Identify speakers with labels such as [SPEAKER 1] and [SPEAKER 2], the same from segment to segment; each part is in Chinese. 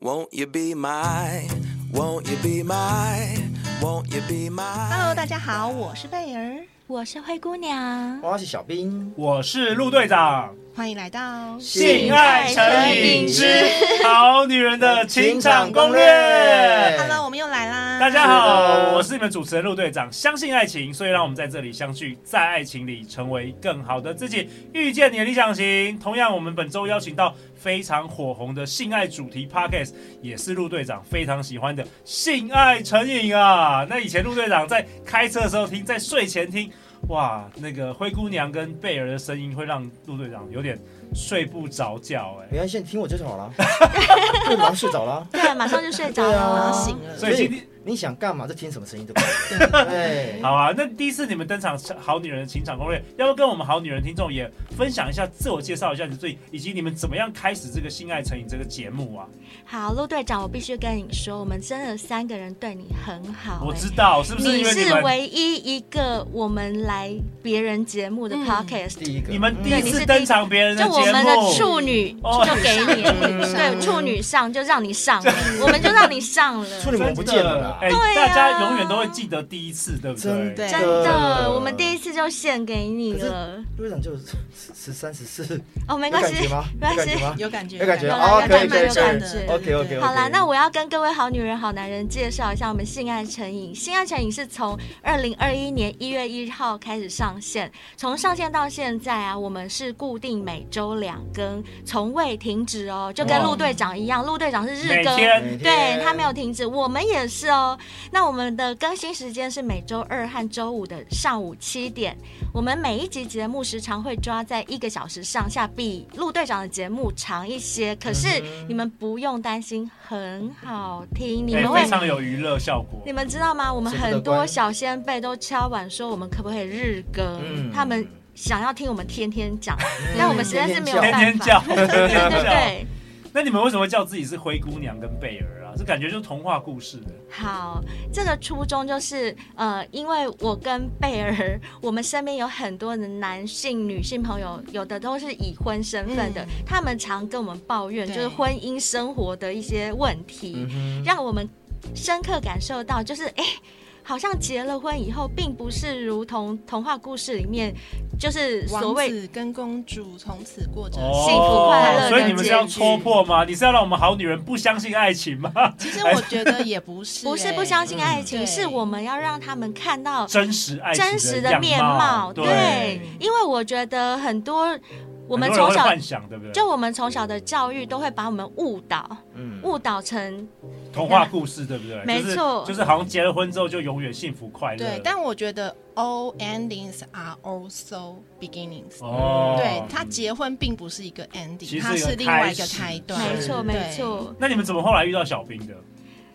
[SPEAKER 1] Won't you be my? Won't you be my? Won't you be my?
[SPEAKER 2] Hello，大家好，我是贝儿，
[SPEAKER 3] 我是灰姑娘，
[SPEAKER 4] 我是小兵，
[SPEAKER 5] 我是陆队长，
[SPEAKER 2] 欢迎来到
[SPEAKER 5] 性嗯爱成瘾之好女人的情场攻略。
[SPEAKER 2] Hello，我们又来啦。
[SPEAKER 5] 大家好，
[SPEAKER 4] Hello
[SPEAKER 5] 我是你们主持人陆队长。相信爱情，所以让我们在这里相聚，在爱情里成为更好的自己，遇见你的理想型。同样，我们本周邀请到非常火红的性爱主题 podcast，也是陆队长非常喜欢的性爱成瘾啊。那以前陆队长在开车的时候听，在睡前听，哇，那个灰姑娘跟贝儿的声音会让陆队长有点睡不着觉、哎。
[SPEAKER 4] 没关系，你听我这就好了。 对，马上睡着了。
[SPEAKER 3] 对，马上就睡着了，
[SPEAKER 2] 啊醒了
[SPEAKER 5] 所以今天
[SPEAKER 4] 你想干嘛就听什么声音对 吧？对，
[SPEAKER 5] 好啊，那第一次你们登场《好女人的情场攻略》，要不要跟我们好女人听众也分享一下，自我介绍一下你自己，以及你们怎么样开始这个《性爱成瘾》这个节目啊？
[SPEAKER 3] 好，陆队长，我必须跟你说，我们真的三个人对你很好、
[SPEAKER 5] 我
[SPEAKER 3] 哎
[SPEAKER 5] 知道，是不是因为你
[SPEAKER 3] 是
[SPEAKER 5] 们
[SPEAKER 3] 唯一一个我们来别人节目的
[SPEAKER 2] 嗯
[SPEAKER 3] podcast，、
[SPEAKER 4] 第一个，
[SPEAKER 5] 你们第一
[SPEAKER 3] 对你是第
[SPEAKER 5] 次
[SPEAKER 3] 一
[SPEAKER 5] 登场别人的
[SPEAKER 3] 就
[SPEAKER 5] 节目，
[SPEAKER 3] 我们的处女
[SPEAKER 5] 哦
[SPEAKER 3] 就给你，
[SPEAKER 4] 嗯
[SPEAKER 3] 对，处女上就让你上了，我们就让你上了。
[SPEAKER 4] 处女膜不见了啦。
[SPEAKER 5] 哎、
[SPEAKER 3] 对啊
[SPEAKER 5] 大家永远都会记得第一次，对不哎对？
[SPEAKER 4] 真
[SPEAKER 3] 真
[SPEAKER 4] 的
[SPEAKER 3] 的，我们第一次就献给你了。
[SPEAKER 4] 陆队长就十十三十四，
[SPEAKER 3] 哦，没
[SPEAKER 4] 没
[SPEAKER 3] 关系
[SPEAKER 4] 有感觉吗，
[SPEAKER 3] 没关
[SPEAKER 4] 有感觉
[SPEAKER 3] 系。
[SPEAKER 4] 吗
[SPEAKER 2] 有感觉，
[SPEAKER 4] 有感觉
[SPEAKER 3] 有
[SPEAKER 4] 哦，
[SPEAKER 3] 有
[SPEAKER 4] 可
[SPEAKER 3] 感觉
[SPEAKER 4] 以可以
[SPEAKER 3] 有
[SPEAKER 4] 可
[SPEAKER 3] 感
[SPEAKER 4] 以
[SPEAKER 3] 觉
[SPEAKER 4] ，OK OK OK。
[SPEAKER 3] 好啦，那我要跟各位好女人、好男人介绍一下我们性爱成瘾。性爱成瘾是从二零二一年一月一号开始上线，从上线到现在啊，我们是固定每周两更，从未停止哦，就跟
[SPEAKER 5] 哇
[SPEAKER 3] 陆队长一样，陆队长是日
[SPEAKER 5] 每
[SPEAKER 3] 更。
[SPEAKER 5] 天
[SPEAKER 3] 对他没有停止，我们也是哦。那我们的更新时间是每周二和周五的上午七点。我们每一集节目时长会抓在一个小时上下，比陆队长的节目长一些。可是
[SPEAKER 5] 嗯
[SPEAKER 3] 你们不用担心，很好听，你
[SPEAKER 5] 哎
[SPEAKER 3] 们会
[SPEAKER 5] 非。常有娱乐效果
[SPEAKER 3] 你。们知道吗？我们
[SPEAKER 4] 舍不得
[SPEAKER 3] 很多
[SPEAKER 4] 关
[SPEAKER 3] 小先辈都敲碗说，我们可不可以日更？
[SPEAKER 5] 嗯
[SPEAKER 3] 他们想要听我们天天讲，但我们实在是没有办
[SPEAKER 5] 天
[SPEAKER 3] 法。
[SPEAKER 5] 天 叫，天
[SPEAKER 3] 对
[SPEAKER 5] 天
[SPEAKER 3] 对
[SPEAKER 5] 叫。
[SPEAKER 3] 对。
[SPEAKER 5] 那你们为什么叫自己是灰姑娘跟贝儿啊？这感觉就是童话故事的。
[SPEAKER 3] 好，这个初衷就是，呃，因为我跟贝儿， 我们身边有很多的男性、女性朋友，有的都是已婚身份的，
[SPEAKER 2] 嗯
[SPEAKER 3] 他们常跟我们抱怨，
[SPEAKER 2] 对
[SPEAKER 3] 就是婚姻生活的一些问题，
[SPEAKER 4] 嗯
[SPEAKER 3] 让我们深刻感受到，就是哎。好像结了婚以后，并不是如同童话故事里面，就是所
[SPEAKER 2] 王
[SPEAKER 3] 谓
[SPEAKER 2] 子跟公主从此过着。
[SPEAKER 5] 哦
[SPEAKER 3] 幸福快乐的
[SPEAKER 5] 所以你们是要
[SPEAKER 3] 结局
[SPEAKER 5] 戳破吗？你是要让我们好女人不相信爱情吗？
[SPEAKER 2] 其实我觉得也 不是、
[SPEAKER 3] 不是
[SPEAKER 2] 哎
[SPEAKER 3] 不相信爱情，
[SPEAKER 2] 对
[SPEAKER 3] 是我们要让他们看到
[SPEAKER 5] 真实爱情
[SPEAKER 3] 真实的
[SPEAKER 5] 样
[SPEAKER 3] 面
[SPEAKER 5] 貌，
[SPEAKER 3] 对，
[SPEAKER 2] 对
[SPEAKER 3] 因为我觉得很多我们
[SPEAKER 5] 很
[SPEAKER 3] 从
[SPEAKER 5] 多人会
[SPEAKER 3] 小
[SPEAKER 5] 幻想，对不对？
[SPEAKER 3] 就我们从小的教育都会把我们误导，
[SPEAKER 4] 嗯
[SPEAKER 3] 误导成
[SPEAKER 5] 童话故事，对不对？
[SPEAKER 3] 没错
[SPEAKER 5] 就是，就是好像结了婚之后就永远幸福快乐。
[SPEAKER 2] 对，但我觉得 all endings are also beginnings、
[SPEAKER 5] 哦，
[SPEAKER 2] 对，他结婚并不是一个 ending，
[SPEAKER 5] 其实
[SPEAKER 2] 它
[SPEAKER 5] 是一个
[SPEAKER 2] 是另外一
[SPEAKER 5] 开
[SPEAKER 2] 个
[SPEAKER 5] 始
[SPEAKER 2] 开端。
[SPEAKER 3] 没错
[SPEAKER 2] 对
[SPEAKER 3] 没错。
[SPEAKER 5] 那你们怎么后来遇到小兵的？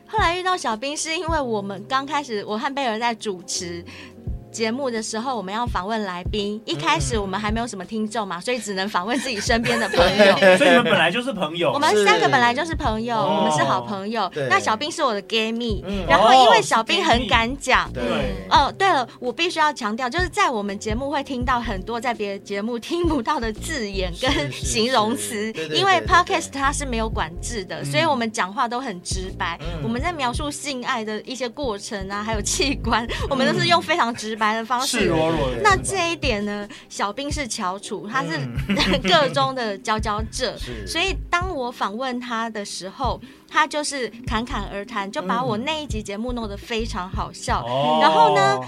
[SPEAKER 3] 后来遇到小兵是因为我们刚开始，我和贝尔在主持。节目的时候，我们要访问来宾。一开始我们还没有什么听众嘛，所以只能访问自己身边的朋 友。
[SPEAKER 5] 所以你们本来就是朋友，
[SPEAKER 3] 我们三个本来就是朋友，
[SPEAKER 5] 哦
[SPEAKER 3] 我们是好朋友
[SPEAKER 4] 对。
[SPEAKER 3] 那小兵是我的 gay 蜜，
[SPEAKER 4] 嗯
[SPEAKER 3] 然后因为
[SPEAKER 5] 哦
[SPEAKER 3] 小兵
[SPEAKER 5] 是 gay
[SPEAKER 3] 很
[SPEAKER 5] 蜜
[SPEAKER 3] 敢讲，
[SPEAKER 4] 对，
[SPEAKER 3] 哦，对了，我必须要强调，就是在我们节目会听到很多在别的节目听不到的字眼跟
[SPEAKER 4] 是是
[SPEAKER 3] 形容词
[SPEAKER 4] 是对，对
[SPEAKER 3] 因为
[SPEAKER 4] 对对
[SPEAKER 3] podcast 它是没有管制的，所以
[SPEAKER 5] 嗯
[SPEAKER 3] 我们讲话都很直白。
[SPEAKER 4] 嗯
[SPEAKER 3] 我们在描述性爱的一些过程啊，还有器官，我们
[SPEAKER 4] 嗯
[SPEAKER 3] 都是用非常直白的方
[SPEAKER 5] 赤
[SPEAKER 4] 哦
[SPEAKER 3] 式。
[SPEAKER 5] 裸裸的。
[SPEAKER 3] 那这一点呢，小兵是翘楚，他是 各中的佼佼者。
[SPEAKER 4] 是
[SPEAKER 3] 所以当我访问他的时候，他就是侃侃而谈，就把我那一集节目弄得非常好笑。
[SPEAKER 5] 哦
[SPEAKER 3] 然后呢？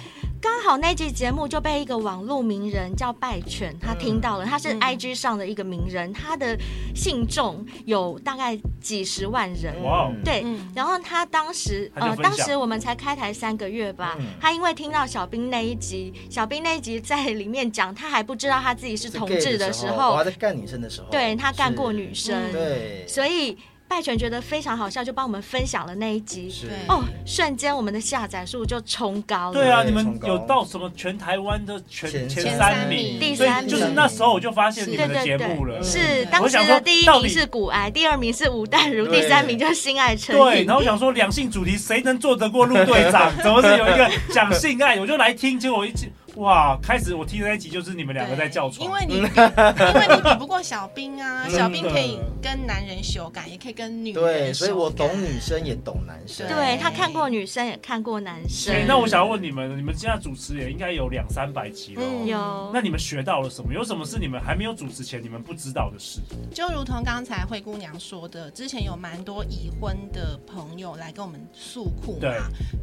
[SPEAKER 3] 刚好那集节目就被一个网络名人叫拜犬，他听到了，他是
[SPEAKER 2] 嗯
[SPEAKER 3] IG 上的一个名人，他的信众有大概几十万人，
[SPEAKER 5] 哇哦
[SPEAKER 3] 对。
[SPEAKER 2] 嗯，
[SPEAKER 3] 然后他当时，
[SPEAKER 5] 他就
[SPEAKER 3] 呃，
[SPEAKER 5] 分享
[SPEAKER 3] 当时我们才开台三个月吧，
[SPEAKER 4] 嗯
[SPEAKER 3] 他因为听到小兵那一集，小兵那一集在里面讲，他还不知道他自己是同志的时
[SPEAKER 4] 我
[SPEAKER 3] 候
[SPEAKER 5] 嗯
[SPEAKER 4] 还，在干女生的时候，
[SPEAKER 3] 对他干过女
[SPEAKER 2] 嗯
[SPEAKER 3] 生，
[SPEAKER 4] 对，
[SPEAKER 3] 所以拜犬觉得非常好笑，就帮我们分享了那一集，
[SPEAKER 4] 是
[SPEAKER 3] 哦，瞬间我们的下载数就冲高了，
[SPEAKER 5] 对啊，
[SPEAKER 4] 对
[SPEAKER 5] 你们
[SPEAKER 4] 崇高
[SPEAKER 5] 有到什么全台湾的全
[SPEAKER 4] 前
[SPEAKER 5] 前
[SPEAKER 2] 三
[SPEAKER 5] 三
[SPEAKER 2] 名
[SPEAKER 3] 第
[SPEAKER 5] 所
[SPEAKER 3] 三
[SPEAKER 5] 以
[SPEAKER 3] 名
[SPEAKER 5] 就是那时候我就发现你们的节目了。
[SPEAKER 3] 是，
[SPEAKER 2] 嗯
[SPEAKER 3] 当时
[SPEAKER 5] 我想
[SPEAKER 3] 的
[SPEAKER 5] 说
[SPEAKER 3] 第一
[SPEAKER 5] 到
[SPEAKER 3] 名
[SPEAKER 5] 底
[SPEAKER 3] 是骨癌，第二名是吴淡如，
[SPEAKER 4] 对
[SPEAKER 3] 第三名就是性爱成
[SPEAKER 5] 对，
[SPEAKER 3] 瘾
[SPEAKER 5] 然。后我想说两性主题谁能做得过陆队长？怎么是有一个讲性爱，我就来听，结果我一听哇，开始我听的那一集就是你们两个
[SPEAKER 2] 对，
[SPEAKER 5] 在叫床，
[SPEAKER 2] 因为你比 因为你比不过小兵啊，
[SPEAKER 4] 嗯
[SPEAKER 5] 真的
[SPEAKER 2] 小兵可以跟男人修改，也可以跟女人
[SPEAKER 4] 对，所以我
[SPEAKER 2] 修改
[SPEAKER 4] 懂女生也懂男生。
[SPEAKER 3] 对他看过女生，也看过男生
[SPEAKER 5] 哎、。那我想要问你们，你们现在主持也应该有两三百集了哦、
[SPEAKER 2] 嗯
[SPEAKER 3] 有
[SPEAKER 5] 那你们学到了什么？有什么是你们还没有主持前你们不知道的事？
[SPEAKER 2] 就如同刚才灰姑娘说的，之前有蛮多已婚的朋友来跟我们诉苦嘛，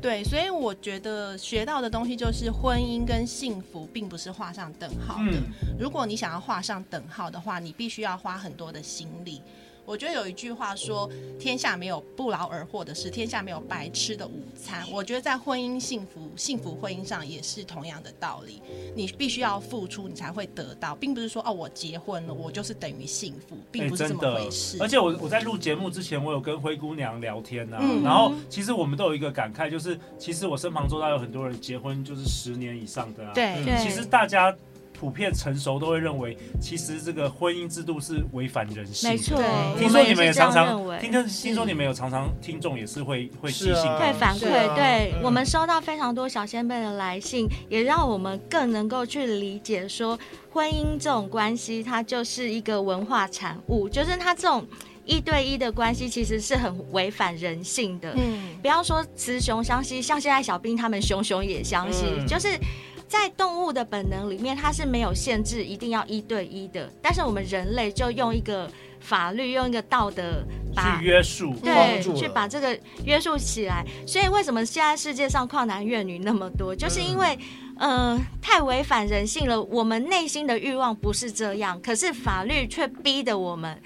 [SPEAKER 2] 对所以我觉得学到的东西就是婚姻跟幸福并不是画上等号的。
[SPEAKER 5] 嗯，
[SPEAKER 2] 如果你想要画上等号的话，你必须要花很多的心力。我觉得有一句话说：“天下没有不劳而获的事，天下没有白吃的午餐。”我觉得在婚姻幸福、幸福婚姻上也是同样的道理。你必须要付出，你才会得到，并不是说哦，我结婚了，我就是等于幸福，并
[SPEAKER 5] 哎
[SPEAKER 2] 不是这
[SPEAKER 5] 真
[SPEAKER 2] 么
[SPEAKER 5] 的
[SPEAKER 2] 回事。，
[SPEAKER 5] 而且我我在录节目之前，我有跟灰姑娘聊天啊，
[SPEAKER 2] 嗯
[SPEAKER 5] 然后其实我们都有一个感慨，就是其实我身旁周遭有很多人结婚就是十年以上的啊，，
[SPEAKER 2] 对
[SPEAKER 4] 对
[SPEAKER 5] 其实大家。普遍成熟都会认为，其实这个婚姻制度是违反人性的。
[SPEAKER 3] 没错，
[SPEAKER 2] 对
[SPEAKER 3] 我
[SPEAKER 5] 听说你
[SPEAKER 3] 也是
[SPEAKER 5] 们也
[SPEAKER 3] 这
[SPEAKER 5] 常
[SPEAKER 3] 样
[SPEAKER 5] 常
[SPEAKER 3] 认为
[SPEAKER 5] 听，跟听说你们有常常听众也是会会寄
[SPEAKER 4] 是啊
[SPEAKER 5] 信
[SPEAKER 3] 会
[SPEAKER 5] 的，
[SPEAKER 3] 反
[SPEAKER 4] 是
[SPEAKER 3] 馈，
[SPEAKER 4] 啊
[SPEAKER 3] 对、
[SPEAKER 4] 嗯
[SPEAKER 3] 我们收到非常多小先辈的来信，也让我们更能够去理解说，婚姻这种关系它就是一个文化产物，就是它这种一对一的关系其实是很违反人性的。
[SPEAKER 2] 嗯，
[SPEAKER 3] 不要说雌雄相吸，像现在小兵他们熊熊也相吸，
[SPEAKER 4] 嗯
[SPEAKER 3] 就是在动物的本能里面，它是没有限制一定要一对一的，但是我们人类就用一个法律，用一个道德把
[SPEAKER 5] 去约束。
[SPEAKER 4] 框
[SPEAKER 3] 对，
[SPEAKER 4] 住了
[SPEAKER 3] 去把这个约束起来。所以为什么现在世界上旷男怨女那么多，就是因为。
[SPEAKER 4] 嗯
[SPEAKER 3] 呃，太违反人性了。我们内心的欲望不是这样，可是法律却逼得我们，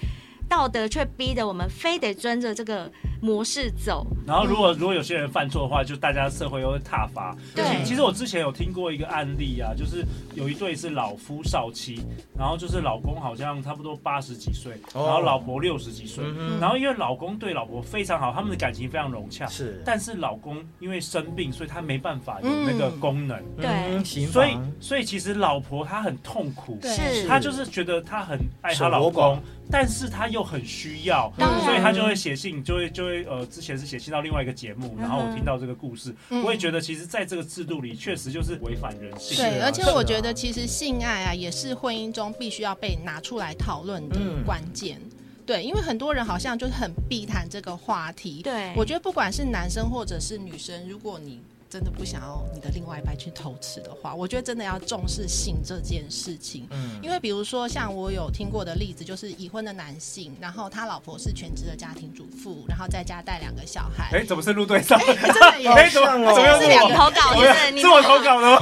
[SPEAKER 3] 道德却逼得我们非得遵着这个模式走。
[SPEAKER 5] 然后如果如果有些人犯错的话，就大家社会又会挞伐。
[SPEAKER 3] 对
[SPEAKER 5] 其其实我之前有听过一个案例啊，就是有一对是老夫少妻，然后就是老公好像差不多八十几岁，然
[SPEAKER 4] 哦
[SPEAKER 5] 后老婆六十几岁，
[SPEAKER 4] 嗯
[SPEAKER 5] 然后因为老公对老婆非常好，他们的感情非常融洽。
[SPEAKER 4] 哼，是，
[SPEAKER 5] 但是老公因为生病，所以他没办法有那个
[SPEAKER 2] 嗯
[SPEAKER 5] 功能，
[SPEAKER 3] 对
[SPEAKER 4] 嗯行
[SPEAKER 5] 所以
[SPEAKER 4] 房
[SPEAKER 5] 所以其实老婆她很痛苦，
[SPEAKER 2] 对
[SPEAKER 3] 是
[SPEAKER 5] 她就是觉得她很爱她老
[SPEAKER 4] 守活
[SPEAKER 5] 公，但是她又很需要，
[SPEAKER 3] 当然
[SPEAKER 5] 所以她就会写信，就会就会呃，之前是写信到另外一个节目，然后我听到这个故事，
[SPEAKER 2] 嗯
[SPEAKER 5] 我也觉得其实在这个制度里确实就是违反人性。
[SPEAKER 4] 是
[SPEAKER 2] 对，
[SPEAKER 4] 啊
[SPEAKER 2] 而且
[SPEAKER 4] 是啊
[SPEAKER 2] 我觉得其实性爱啊，也是婚姻中必须要被拿出来讨论的
[SPEAKER 4] 嗯
[SPEAKER 2] 关键。对，因为很多人好像就是很避谈这个话题。
[SPEAKER 3] 对
[SPEAKER 2] 我觉得不管是男生或者是女生，如果你真的不想要你的另外一半去偷吃的话，我觉得真的要重视性这件事情。
[SPEAKER 4] 嗯，
[SPEAKER 2] 因为比如说，像我有听过的例子，就是已婚的男性，然后他老婆是全职的家庭主妇，然后在家带两个小孩，
[SPEAKER 5] 哎，怎么是陆队长？
[SPEAKER 2] 真的也
[SPEAKER 5] 哎，怎么
[SPEAKER 4] 像
[SPEAKER 5] 怎
[SPEAKER 4] 哦
[SPEAKER 5] 么
[SPEAKER 3] 这
[SPEAKER 5] 又是
[SPEAKER 3] 是
[SPEAKER 5] 我
[SPEAKER 3] 两投稿，就
[SPEAKER 5] 怎么
[SPEAKER 3] 是你
[SPEAKER 5] 是我投稿的吗？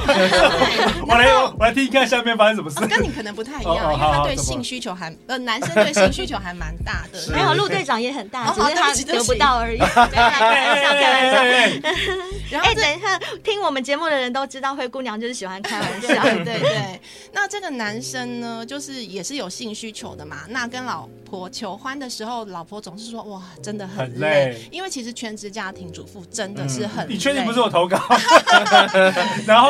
[SPEAKER 5] 我来我来听一看下面发生什么事。
[SPEAKER 2] 啊跟你可能不太一
[SPEAKER 5] 哦哦
[SPEAKER 2] 样，因为
[SPEAKER 5] 好好
[SPEAKER 2] 他对
[SPEAKER 5] 怎么
[SPEAKER 2] 性需求还呃，男生对性需求还蛮大的。
[SPEAKER 4] 是
[SPEAKER 3] 没有陆队长也很大，
[SPEAKER 2] 哦
[SPEAKER 3] 只是他
[SPEAKER 2] 对不起对
[SPEAKER 3] 得
[SPEAKER 2] 不起
[SPEAKER 3] 不到而已。 没有啦开玩笑，开玩笑。
[SPEAKER 5] 哎哎
[SPEAKER 2] 然后
[SPEAKER 3] 哎，
[SPEAKER 2] 这
[SPEAKER 3] 等一下，听我们节目的人都知道，灰姑娘就是喜欢开玩笑。
[SPEAKER 2] 对 对对，那这个男生呢，就是也是有性需求的嘛。那跟老婆求欢的时候，老婆总是说哇，真的很
[SPEAKER 5] 很
[SPEAKER 2] 累，
[SPEAKER 5] 累嗯
[SPEAKER 2] 因为其实全职家庭主妇真的是很累、
[SPEAKER 5] 你确定不是我投稿？然后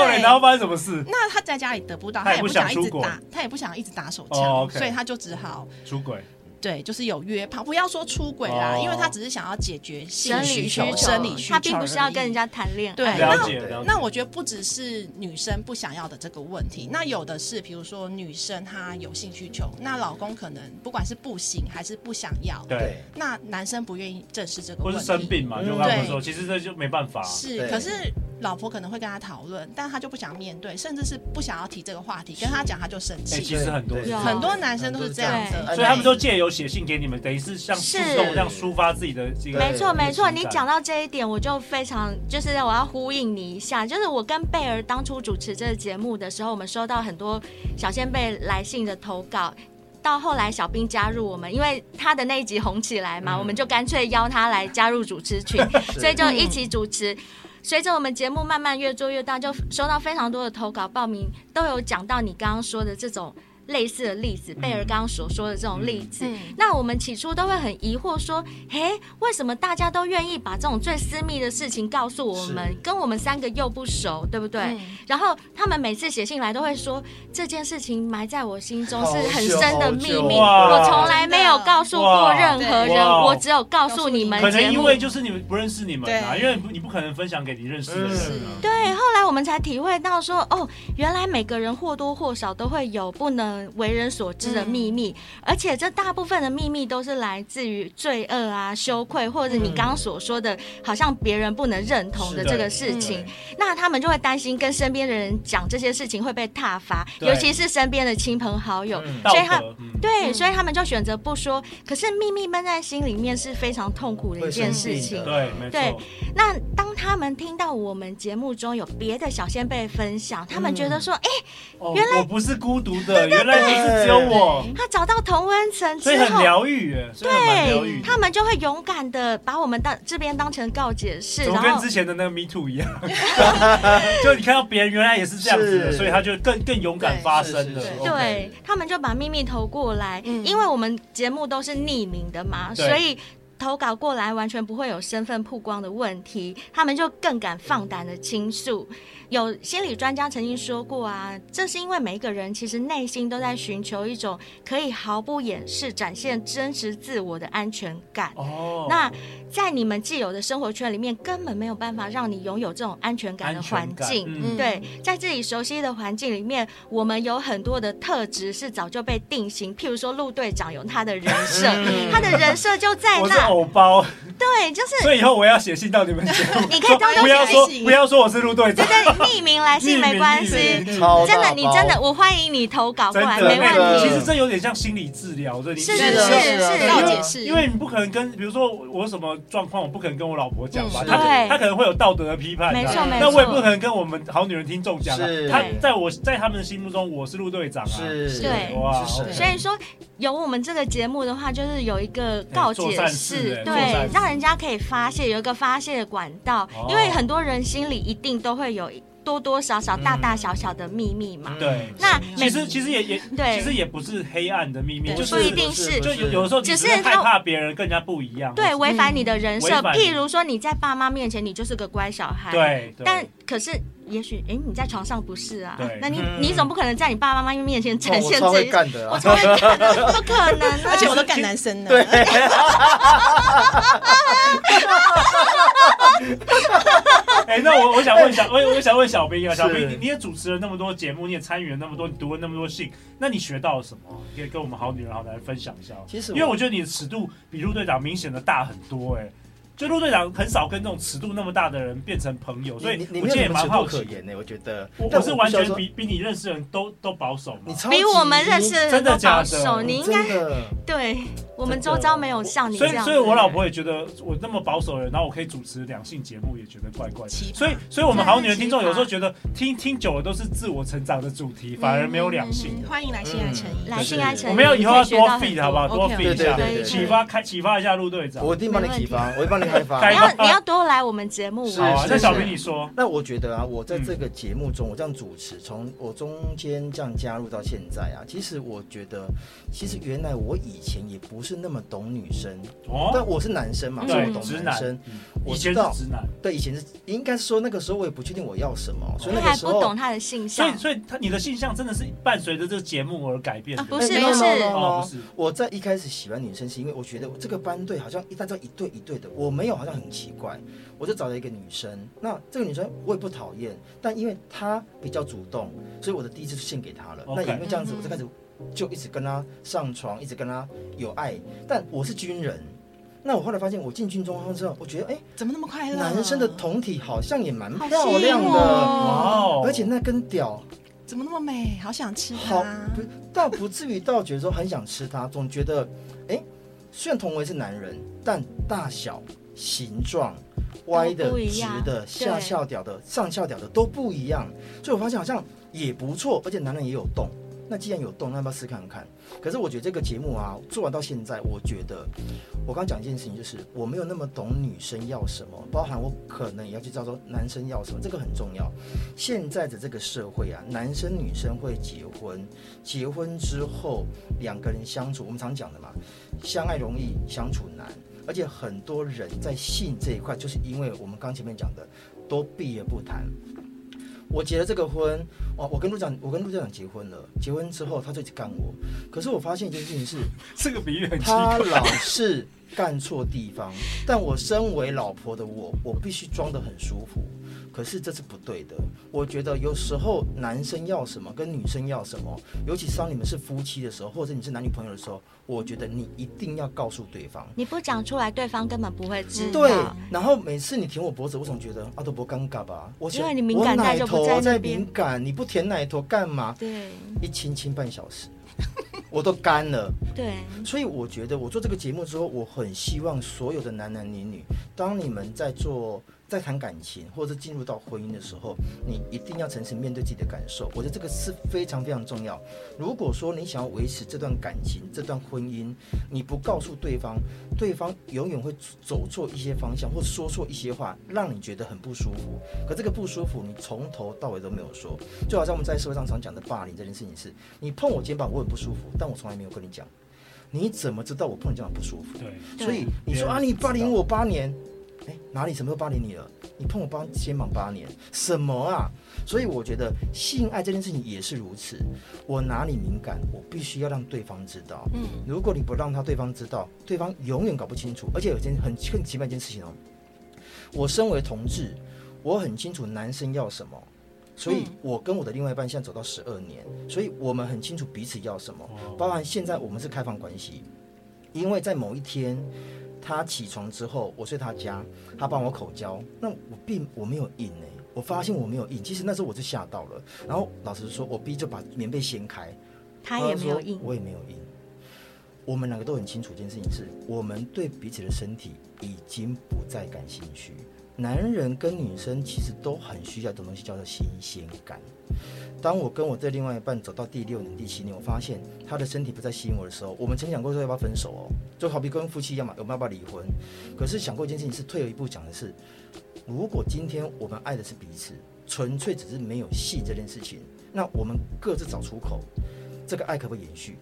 [SPEAKER 5] 呢？
[SPEAKER 2] 对
[SPEAKER 5] 然后发生什么事？
[SPEAKER 2] 那他在家里得不到，
[SPEAKER 5] 他
[SPEAKER 2] 他
[SPEAKER 5] 也
[SPEAKER 2] 也
[SPEAKER 5] 不
[SPEAKER 2] 不
[SPEAKER 5] 想
[SPEAKER 2] 想一
[SPEAKER 5] 出
[SPEAKER 2] 直
[SPEAKER 5] 国
[SPEAKER 2] 打，他也不想一直打手枪，
[SPEAKER 5] 哦，OK
[SPEAKER 2] 所以他就只好
[SPEAKER 5] 出轨。
[SPEAKER 2] 对，就是有约炮，不要说出轨啦，
[SPEAKER 5] 哦
[SPEAKER 2] 因为他只是想要解决性
[SPEAKER 3] 生
[SPEAKER 2] 需
[SPEAKER 3] 理需
[SPEAKER 2] 求、
[SPEAKER 3] 求，
[SPEAKER 2] 生理需求而已，
[SPEAKER 3] 他并不是要跟人家谈恋爱。
[SPEAKER 2] 对
[SPEAKER 5] 了
[SPEAKER 2] 那
[SPEAKER 5] 解了解。
[SPEAKER 2] 那我觉得不只是女生不想要的这个问题，那有的是，比如说女生她有性需求，那老公可能不管是不行还是不想要，
[SPEAKER 5] 对，
[SPEAKER 4] 对，
[SPEAKER 2] 那男生不愿意正视这个
[SPEAKER 5] 或
[SPEAKER 2] 问
[SPEAKER 5] 是
[SPEAKER 2] 题，
[SPEAKER 5] 生病嘛，
[SPEAKER 4] 嗯
[SPEAKER 5] 就刚刚说，其实这就没办法。啊
[SPEAKER 2] 是，
[SPEAKER 4] 对
[SPEAKER 2] 可是老婆可能会跟他讨论，但他就不想面对，甚至是不想要提这个话题，跟他讲他就生
[SPEAKER 5] 哎，
[SPEAKER 2] 气。
[SPEAKER 5] 其实很多，
[SPEAKER 4] 对啊
[SPEAKER 3] 有
[SPEAKER 2] 很多男生都是这样嗯
[SPEAKER 3] 对
[SPEAKER 2] 的，
[SPEAKER 5] 所以他们都借由写信给你们，等于是像
[SPEAKER 3] 是
[SPEAKER 5] 树洞这样抒发自己的这个。
[SPEAKER 3] 没错，
[SPEAKER 5] 这个
[SPEAKER 3] 没错，
[SPEAKER 5] 情
[SPEAKER 3] 你
[SPEAKER 5] 感
[SPEAKER 3] 讲到这一点，我就非常就是我要呼应你一下，就是我跟贝儿当初主持这个节目的时候，我们收到很多小先辈来信的投稿。到后来，小兵加入我们，因为他的那一集红起来嘛，
[SPEAKER 4] 嗯
[SPEAKER 3] 我们就干脆邀他来加入主 持群，
[SPEAKER 4] 是
[SPEAKER 3] 所以就一起主持。随着我们节目慢慢越做越大，就收到非常多的投稿报名，都有讲到你刚刚说的这种类似的例子，贝尔刚刚所说的这种例子。
[SPEAKER 2] 嗯
[SPEAKER 3] 那我们起初都会很疑惑说，嘿，为什么大家都愿意把这种最私密的事情告诉我们
[SPEAKER 4] 是，
[SPEAKER 3] 跟我们三个又不熟，对不对？
[SPEAKER 2] 嗯
[SPEAKER 3] 然后他们每次写信来都会说这件事情埋在我心中
[SPEAKER 4] 好
[SPEAKER 3] 是很
[SPEAKER 4] 久
[SPEAKER 3] 深的
[SPEAKER 4] 好
[SPEAKER 3] 秘
[SPEAKER 4] 久
[SPEAKER 3] 密，
[SPEAKER 5] 哇
[SPEAKER 3] 我从来没有告诉过
[SPEAKER 5] 哇
[SPEAKER 3] 任何人，
[SPEAKER 5] 哇
[SPEAKER 3] 我只有告诉你们
[SPEAKER 5] 可能
[SPEAKER 3] 节
[SPEAKER 5] 因
[SPEAKER 3] 目
[SPEAKER 5] 为就是你们不认识你们啊，
[SPEAKER 2] 对
[SPEAKER 5] 因为你不可能分享给你认识的人
[SPEAKER 2] 是
[SPEAKER 5] 啊。
[SPEAKER 3] 对，后来我们才体会到说，哦，原来每个人或多或少都会有不能为人所知的秘密，
[SPEAKER 4] 嗯
[SPEAKER 3] 而且这大部分的秘密都是来自于罪恶啊、羞愧，或者你刚刚所说的，好像别人不能认同的
[SPEAKER 4] 是的
[SPEAKER 3] 这个事情
[SPEAKER 4] 嗯，
[SPEAKER 3] 那他们就会担心跟身边的人讲这些事情会被挞伐，
[SPEAKER 5] 对
[SPEAKER 3] 尤其是身边的亲朋好友，
[SPEAKER 4] 嗯
[SPEAKER 5] 道
[SPEAKER 3] 所以他
[SPEAKER 5] 德，嗯，
[SPEAKER 3] 对，
[SPEAKER 2] 嗯
[SPEAKER 3] 所以他们就选择不说。可是秘密闷在心里面是非常痛苦的一
[SPEAKER 4] 会
[SPEAKER 3] 件
[SPEAKER 4] 生
[SPEAKER 3] 事
[SPEAKER 4] 病
[SPEAKER 3] 情
[SPEAKER 4] 的。
[SPEAKER 5] 对，没
[SPEAKER 3] 对
[SPEAKER 5] 错，
[SPEAKER 3] 那当他们听到我们节目中有别的小先辈分享，他们觉得说，哎、
[SPEAKER 5] 哦
[SPEAKER 3] 原来
[SPEAKER 5] 我不是孤独的，原来不是只有我，
[SPEAKER 3] 他找到同温层
[SPEAKER 5] 所以
[SPEAKER 3] 之
[SPEAKER 5] 很
[SPEAKER 3] 后。
[SPEAKER 5] 疗愈耶，所以很蛮疗愈
[SPEAKER 3] 对
[SPEAKER 5] 的。
[SPEAKER 3] 他们就会勇敢的把我们当这边当成告解室，
[SPEAKER 5] 怎么
[SPEAKER 3] 然
[SPEAKER 5] 跟
[SPEAKER 3] 后
[SPEAKER 5] 之前的那个 Me Too 一样？ 就你看到别人原来也是这样子的，
[SPEAKER 4] 是
[SPEAKER 5] 所以他就更更勇敢
[SPEAKER 2] 对
[SPEAKER 5] 发
[SPEAKER 4] 是
[SPEAKER 5] 声
[SPEAKER 4] 是
[SPEAKER 5] 了
[SPEAKER 4] 是。
[SPEAKER 3] 对
[SPEAKER 4] OK
[SPEAKER 3] 他们就把秘密投过来，
[SPEAKER 2] 嗯
[SPEAKER 3] 因为我们节目都是匿名的嘛，
[SPEAKER 5] 对
[SPEAKER 3] 所以投稿过来完全不会有身份曝光的问题，他们就更敢放胆的倾诉。有心理专家曾经说过啊，这是因为每一个人其实内心都在寻求一种可以毫不掩饰展现真实自我的安全感。
[SPEAKER 5] 哦，
[SPEAKER 3] 那在你们既有的生活圈里面，根本没有办法让你拥有这种安全感的
[SPEAKER 5] 安全
[SPEAKER 3] 环
[SPEAKER 5] 感
[SPEAKER 3] 境。
[SPEAKER 5] 嗯
[SPEAKER 3] 对，在自己熟悉的环境里面，我们有很多的特质是早就被定型。譬如说，陆队长有他的人设， 他的人设就在
[SPEAKER 5] 嗯我是
[SPEAKER 3] 那。
[SPEAKER 5] 偶包，
[SPEAKER 3] 对，就是
[SPEAKER 5] 所以以后我要写信到你们节目，
[SPEAKER 3] 你可以当
[SPEAKER 5] 说不要
[SPEAKER 2] 做
[SPEAKER 5] 说
[SPEAKER 2] 写信
[SPEAKER 5] 不要说我是陆队长，
[SPEAKER 3] 啊对 匿名来信没关系
[SPEAKER 5] 匿。名匿名
[SPEAKER 4] 超
[SPEAKER 5] 哦
[SPEAKER 3] 真的，
[SPEAKER 4] 大
[SPEAKER 3] 你
[SPEAKER 4] 包
[SPEAKER 3] 真的，我欢迎你投稿过
[SPEAKER 5] 真
[SPEAKER 3] 来，
[SPEAKER 5] 的
[SPEAKER 3] 没
[SPEAKER 5] 哎
[SPEAKER 3] 问
[SPEAKER 5] 其
[SPEAKER 3] 题。
[SPEAKER 5] 实这有点像心理治疗，对，你
[SPEAKER 3] 是
[SPEAKER 5] 你
[SPEAKER 3] 是
[SPEAKER 2] 的
[SPEAKER 3] 是
[SPEAKER 2] 是
[SPEAKER 3] 是
[SPEAKER 2] 告
[SPEAKER 5] 因
[SPEAKER 2] 解
[SPEAKER 5] 为
[SPEAKER 2] 释，
[SPEAKER 5] 因为你不可能跟，比如说我我有什么状况，我不可能跟我老婆讲吧
[SPEAKER 2] 嗯，
[SPEAKER 5] 她可
[SPEAKER 3] 对
[SPEAKER 5] 她可能会有道德的批判的，啊
[SPEAKER 3] 没错
[SPEAKER 2] 对
[SPEAKER 3] 没
[SPEAKER 5] 那我也不
[SPEAKER 3] 错，
[SPEAKER 5] 可能跟我们好女人听众讲啊
[SPEAKER 4] 是，
[SPEAKER 5] 她在我在他们的心目中我是陆队长啊，
[SPEAKER 4] 是，
[SPEAKER 3] 对
[SPEAKER 5] 哇
[SPEAKER 4] 是神
[SPEAKER 3] 所以说有我们这个节目的话，就是有一个
[SPEAKER 5] 哎
[SPEAKER 3] 告
[SPEAKER 5] 做
[SPEAKER 3] 解
[SPEAKER 5] 善
[SPEAKER 3] 室
[SPEAKER 5] 事哎，做善
[SPEAKER 3] 对
[SPEAKER 5] 事，
[SPEAKER 3] 让人家可以发泄，有一个发泄的管道
[SPEAKER 5] 哦，
[SPEAKER 3] 因为很多人心里一定都会有多多少少、大大小小的秘密嘛。
[SPEAKER 5] 嗯对。
[SPEAKER 3] 那
[SPEAKER 5] 其
[SPEAKER 3] 每
[SPEAKER 5] 实其实也也
[SPEAKER 3] 嗯对
[SPEAKER 5] 其实也不是黑暗的秘密，
[SPEAKER 2] 对
[SPEAKER 5] 就是
[SPEAKER 3] 不一定是
[SPEAKER 5] 就有有的时候你
[SPEAKER 3] 只是
[SPEAKER 5] 是害
[SPEAKER 3] 他
[SPEAKER 5] 怕别人跟人家不一样，
[SPEAKER 3] 对，违反你的人设
[SPEAKER 5] 嗯违。反
[SPEAKER 3] 譬如说，你在爸妈面前，你就是个乖小孩。。
[SPEAKER 5] 对，对
[SPEAKER 3] 但可是，也许，哎，你在床上不是啊
[SPEAKER 5] 对？
[SPEAKER 3] 那你
[SPEAKER 4] 嗯
[SPEAKER 3] 你总不可能在你爸爸妈妈面前
[SPEAKER 4] 哦
[SPEAKER 3] 展
[SPEAKER 4] 我
[SPEAKER 3] 现
[SPEAKER 4] 超
[SPEAKER 3] 这
[SPEAKER 4] 会
[SPEAKER 3] 一，
[SPEAKER 4] 干的
[SPEAKER 3] 我
[SPEAKER 4] 啊，
[SPEAKER 3] 从来看到不可能啊！
[SPEAKER 2] 而且我都干男生的，
[SPEAKER 5] 哎、那我我想问 小，我我想问小兵啊，
[SPEAKER 4] 是
[SPEAKER 5] 小兵，你你也主持了那么多节目，你也参与了那么多，你读了那么多信，那你学到了什么？你可以跟我们好女人好男人分享一下。
[SPEAKER 4] 其实
[SPEAKER 5] 因
[SPEAKER 4] 我
[SPEAKER 5] 为我觉得你的尺度比陆队长明显的大很多、哎，就陆队长很少跟这种尺度那么大的人变成朋友，所以
[SPEAKER 4] 你你
[SPEAKER 5] 我
[SPEAKER 4] 你
[SPEAKER 5] 今
[SPEAKER 4] 没有
[SPEAKER 5] 天也
[SPEAKER 4] 什么
[SPEAKER 5] 蛮
[SPEAKER 4] 尺
[SPEAKER 5] 好
[SPEAKER 4] 度
[SPEAKER 5] 奇
[SPEAKER 4] 可。言呢，我觉得，
[SPEAKER 5] 我
[SPEAKER 4] 但
[SPEAKER 5] 我是
[SPEAKER 4] 必
[SPEAKER 5] 完
[SPEAKER 4] 须要
[SPEAKER 5] 全
[SPEAKER 4] 说
[SPEAKER 5] 比比你认识的人都都保守嘛
[SPEAKER 4] 你，超
[SPEAKER 3] 比我们
[SPEAKER 4] 级
[SPEAKER 3] 认识的
[SPEAKER 5] 真
[SPEAKER 3] 人
[SPEAKER 5] 的
[SPEAKER 3] 都
[SPEAKER 5] 假
[SPEAKER 3] 保
[SPEAKER 5] 的
[SPEAKER 3] 守，你应该
[SPEAKER 4] 真 的
[SPEAKER 3] 对我们
[SPEAKER 4] 真
[SPEAKER 3] 周
[SPEAKER 4] 的
[SPEAKER 3] 遭没有像你这
[SPEAKER 5] 哦所以
[SPEAKER 3] 样。
[SPEAKER 5] 所以我老。婆也觉得我那么保守的人，然后我可以主持两性节目，也觉得怪怪的。
[SPEAKER 2] 奇葩
[SPEAKER 5] 所以所以我们好女人
[SPEAKER 3] 真的
[SPEAKER 5] 听众
[SPEAKER 3] 奇葩
[SPEAKER 5] 有时候觉得听听久了都是自我成长的主题，反而没有两性
[SPEAKER 2] 嗯。欢迎来信爱诚意，
[SPEAKER 3] 来信安全，
[SPEAKER 5] 我们要以后要多 feed
[SPEAKER 3] 费
[SPEAKER 5] 好不好？多
[SPEAKER 2] OK，OK，
[SPEAKER 5] feed 一下
[SPEAKER 4] 对对，对
[SPEAKER 5] 启发开启发一下陆队长。
[SPEAKER 4] 我一定帮你
[SPEAKER 3] 没问
[SPEAKER 4] 启
[SPEAKER 3] 题
[SPEAKER 4] 发，我一定帮你开 发。
[SPEAKER 5] 开
[SPEAKER 3] 你要你要多来我们节目
[SPEAKER 5] 好
[SPEAKER 3] 玩。
[SPEAKER 5] 啊，
[SPEAKER 4] 是
[SPEAKER 5] 那
[SPEAKER 4] 是
[SPEAKER 5] 小明你说，
[SPEAKER 4] 那我觉得啊，我在
[SPEAKER 5] 嗯
[SPEAKER 4] 这个节目中，我这样主持，从我中间这样加入到现在啊，其实我觉得，其实原来我以前也不是那么懂女生，但
[SPEAKER 5] 哦，
[SPEAKER 4] 我是男生
[SPEAKER 3] 嗯
[SPEAKER 4] 嘛，所以
[SPEAKER 5] 对
[SPEAKER 4] 我，
[SPEAKER 5] 直
[SPEAKER 4] 懂男
[SPEAKER 5] 男
[SPEAKER 4] 生。，
[SPEAKER 5] 以
[SPEAKER 4] 我
[SPEAKER 5] 前
[SPEAKER 4] 知
[SPEAKER 5] 是
[SPEAKER 4] 道
[SPEAKER 5] 直男，
[SPEAKER 4] 对，以前是应该是说那个时候我也不确定我要什么，所以
[SPEAKER 3] 你
[SPEAKER 4] 那
[SPEAKER 3] 还
[SPEAKER 4] 个时
[SPEAKER 3] 不
[SPEAKER 4] 候
[SPEAKER 3] 懂他的性
[SPEAKER 5] 所
[SPEAKER 3] 向
[SPEAKER 5] 以，所以他你的性向真的是伴随着这个节目而改变的
[SPEAKER 3] 啊不
[SPEAKER 4] 哎
[SPEAKER 3] 是
[SPEAKER 4] 没有
[SPEAKER 3] 不是
[SPEAKER 4] 没有没有
[SPEAKER 5] 哦不是
[SPEAKER 4] 我在一开始喜欢女生，是因为我觉得这个班队好像一大家一对一对的，我没有好像很奇怪，我就找了一个女生。那这个女生我也不讨厌，但因为她比较主动，所以我的第一次就献给她了。
[SPEAKER 5] OK
[SPEAKER 4] 那也因为这样子
[SPEAKER 2] 嗯，哼
[SPEAKER 4] 我就开始就一直跟她上床，一直跟她有爱。但我是军人，那我后来发现我进军中央之后，我觉得哎、
[SPEAKER 2] 怎么那么快乐？啊
[SPEAKER 4] 男生的酮体好像也蛮
[SPEAKER 3] 好
[SPEAKER 4] 漂
[SPEAKER 3] 吸引
[SPEAKER 4] 亮的，
[SPEAKER 3] 我
[SPEAKER 5] 哇哦，
[SPEAKER 4] 而且那根屌
[SPEAKER 2] 怎么那么美？好想吃
[SPEAKER 4] 好
[SPEAKER 2] 它。，
[SPEAKER 4] 不倒不至于到觉得说很想吃它，总觉得，哎、虽然同为是男人，但大小、形状、歪的
[SPEAKER 3] 都不、一
[SPEAKER 4] 直
[SPEAKER 3] 样
[SPEAKER 4] 的、下
[SPEAKER 3] 对
[SPEAKER 4] 翘屌的、上翘屌的都不一样，所以我发现好像也不错，而且男人也有动，那既然有动，那要不要试看看？可是我觉得这个节目啊，做完到现在，我觉得我刚讲一件事情，就是我没有那么懂女生要什么，包含我可能也要去知道说男生要什么，这个很重要。现在的这个社会啊，男生女生会结婚，结婚之后两个人相处，我们常讲的嘛，相爱容易相处难，而且很多人在性这一块，就是因为我们刚前面讲的，都避而不谈。我结了这个婚，哦我我跟陆长，我跟陆校长结婚了。结婚之后，他就一直干我。可是我发现一件事情是，
[SPEAKER 5] 这个比喻很奇
[SPEAKER 4] 他
[SPEAKER 5] 怪。
[SPEAKER 4] 老是干错地方，但我身为老婆的我，我必须装得很舒服。可是这是不对的。我觉得有时候男生要什么跟女生要什么，尤其是当你们是夫妻的时候，或者你是男女朋友的时候，我觉得你一定要告诉对方。
[SPEAKER 3] 你不讲出来，对方根本不会知道。
[SPEAKER 4] 对，然后每次你舔我脖子，我总觉得啊都不尴尬吧？我
[SPEAKER 3] 因为你敏感带就不在那边
[SPEAKER 4] 我奶头敏感，你不舔奶头干嘛？
[SPEAKER 3] 对
[SPEAKER 4] 一亲亲半小时，我都干了。
[SPEAKER 3] 对
[SPEAKER 4] 所以我觉得我做这个节目之后，我很希望所有的男男女女，当你们在做在谈感情或者进入到婚姻的时候，你一定要诚实面对自己的感受。我觉得这个是非常非常重要。如果说你想要维持这段感情、这段婚姻，你不告诉对方，对方永远会走错一些方向，或说错一些话，让你觉得很不舒服。可这个不舒服，你从头到尾都没有说，就好像我们在社会上常讲的霸凌这件事情是，你碰我肩膀我很不舒服，但我从来没有跟你讲。你怎么知道我碰你肩膀不舒服？
[SPEAKER 5] 对，
[SPEAKER 3] 对
[SPEAKER 4] 所以你说
[SPEAKER 5] 对
[SPEAKER 4] 啊，你霸凌我八年，哎，哪里什么时候霸凌你了？你碰我八肩膀八年，什么啊？所以我觉得性爱这件事情也是如此，我哪里敏感，我必须要让对方知道。
[SPEAKER 2] 嗯，
[SPEAKER 4] 如果你不让他对方知道，对方永远搞不清楚。而且有一件很很奇妙一件事情哦，我身为同志，我很清楚男生要什么。所以
[SPEAKER 2] 嗯，
[SPEAKER 4] 我跟我的另外一半现在走到十二年，所以我们很清楚彼此要什么。
[SPEAKER 5] 哦
[SPEAKER 4] 包含现在我们是开放关系，因为在某一天他起床之后，我睡他家，他帮我口交，那我并我没有硬哎、我发现我没有硬，其实那时候我就吓到了，然后老实说，我逼就把棉被掀开，
[SPEAKER 3] 他也没有
[SPEAKER 4] 说
[SPEAKER 3] 应。
[SPEAKER 4] 我也没有硬。我们两个都很清楚一件事情是，我们对彼此的身体已经不再感兴趣。男人跟女生其实都很需要一种东西，叫做新鲜感。当我跟我这另外一半走到第六年、第七年，我发现他的身体不再吸引我的时候，我们曾想过说要不要分手哦，就好比跟夫妻一样嘛，我们要不要离婚？可是想过一件事情是，退了一步讲的是，如果今天我们爱的是彼此，纯粹只是没有戏这件事情，那我们各自找出口，这个爱可不可以延续？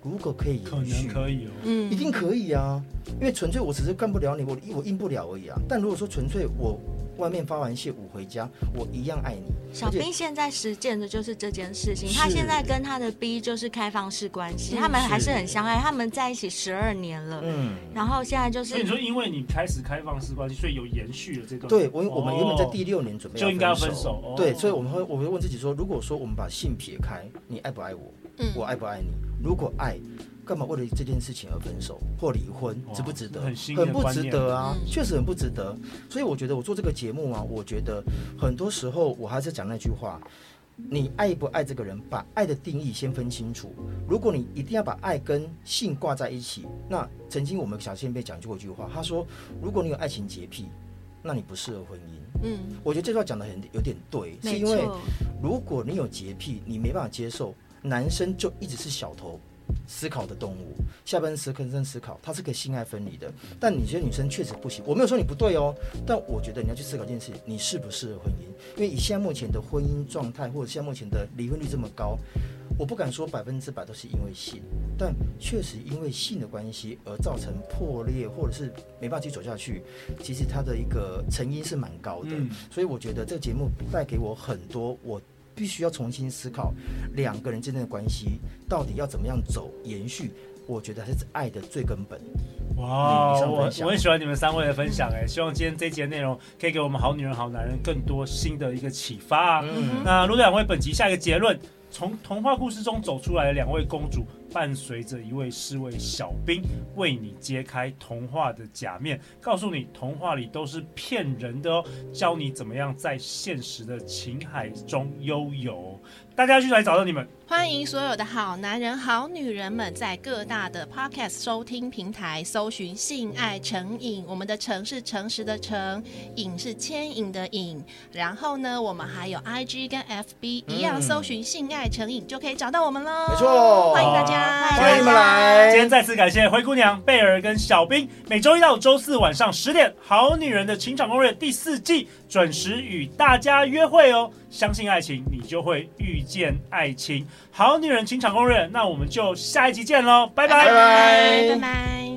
[SPEAKER 4] 如果可以
[SPEAKER 5] 可
[SPEAKER 4] 延
[SPEAKER 5] 能
[SPEAKER 4] 续，
[SPEAKER 5] 可以哦。
[SPEAKER 2] 嗯
[SPEAKER 4] 一定可以啊，因为纯粹我只是干不了你，我我应不了而已啊。但如果说纯粹我外面发完泄我回家，我一样爱你。
[SPEAKER 3] 小
[SPEAKER 4] 而且
[SPEAKER 3] 兵现在实践的就是这件事情，
[SPEAKER 4] 是
[SPEAKER 3] 他现在跟他的 B 就是开放式关系，
[SPEAKER 2] 嗯
[SPEAKER 3] 他们还是
[SPEAKER 4] 是
[SPEAKER 3] 很相爱，他们在一起十二年了，
[SPEAKER 4] 嗯，
[SPEAKER 3] 然后现在就
[SPEAKER 5] 所以你
[SPEAKER 3] 是
[SPEAKER 5] 说，因为你开始开放式关系，所以有延续了这段。
[SPEAKER 4] 对，我我们原本在第
[SPEAKER 5] 哦
[SPEAKER 4] 六年准备
[SPEAKER 5] 就应该要分
[SPEAKER 4] 分
[SPEAKER 5] 手哦
[SPEAKER 4] 对，所以我们会我会问自己说，如果说我们把性撇开，你爱不爱我？
[SPEAKER 2] 嗯
[SPEAKER 4] 我爱不爱你？如果爱，干嘛为了这件事情而分手或离婚？
[SPEAKER 5] 哇
[SPEAKER 4] 值不值得？
[SPEAKER 5] 很新的
[SPEAKER 4] 不
[SPEAKER 5] 观
[SPEAKER 4] 值
[SPEAKER 5] 念
[SPEAKER 4] 得啊，
[SPEAKER 2] 嗯
[SPEAKER 4] 确实很不值得。所以我觉得我做这个节目啊，我觉得很多时候我还是讲那句话。你爱不爱这个人，把爱的定义先分清楚。如果你一定要把爱跟性挂在一起，那曾经我们小先辈讲过一句话，他说：如果你有爱情洁癖，那你不适合婚姻。
[SPEAKER 2] 嗯
[SPEAKER 4] 我觉得这句话讲的很有点对，是
[SPEAKER 3] 没
[SPEAKER 4] 因为
[SPEAKER 3] 错，
[SPEAKER 4] 如果你有洁癖，你没办法接受，男生就一直是小头思考的动物，下半身思考、身思考，它是可以性爱分离的。但你觉得女生确实不行，我没有说你不对哦，但我觉得你要去思考一件事，你适不适合婚姻？因为以现在目前的婚姻状态，或者现在目前的离婚率这么高，我不敢说百分之百都是因为性，但确实因为性的关系而造成破裂，或者是没办法继续走下去，其实它的一个成因是蛮高的。
[SPEAKER 5] 嗯
[SPEAKER 4] 所以我觉得这个节目带给我很多我。必须要重新思考两个人之间的关系到底要怎么样走延续，我觉得还是爱的最根本。
[SPEAKER 5] 哇，
[SPEAKER 4] 嗯以上
[SPEAKER 5] 我
[SPEAKER 4] 分享
[SPEAKER 5] 我很喜欢你们三位的分享哎，希望今天这节内容可以给我们好女人、好男人更多新的一个启发啊。
[SPEAKER 4] 嗯，
[SPEAKER 5] 那陆队长为本集下一个结论：从童话故事中走出来的两位公主，伴随着一位侍卫小兵，为你揭开童话的假面，告诉你童话里都是骗人的哦，教你怎么样在现实的情海中悠游。大家去哪里找到你们？
[SPEAKER 2] 欢迎所有的好男人、好女人们在各大的 Podcast 收听平台搜寻“性爱成瘾”，我们的“成”是诚实的“成”，“瘾”是牵引的“引”。然后呢，我们还有 IG 跟 FB 一样，
[SPEAKER 4] 嗯
[SPEAKER 2] 搜寻“性爱成瘾”就可以找到我们喽。
[SPEAKER 4] 没错
[SPEAKER 2] 欢迎大家，
[SPEAKER 4] 欢迎你们来。
[SPEAKER 5] 今天再次感谢灰姑娘、贝尔跟小兵。每周一到周四晚上十点，《好女人的情场攻略》第四季准时与大家约会哦。相信爱情，你就会遇见爱情。《好女人情场攻略》，那我们就下一集见喽，拜拜
[SPEAKER 4] 拜
[SPEAKER 2] 拜拜。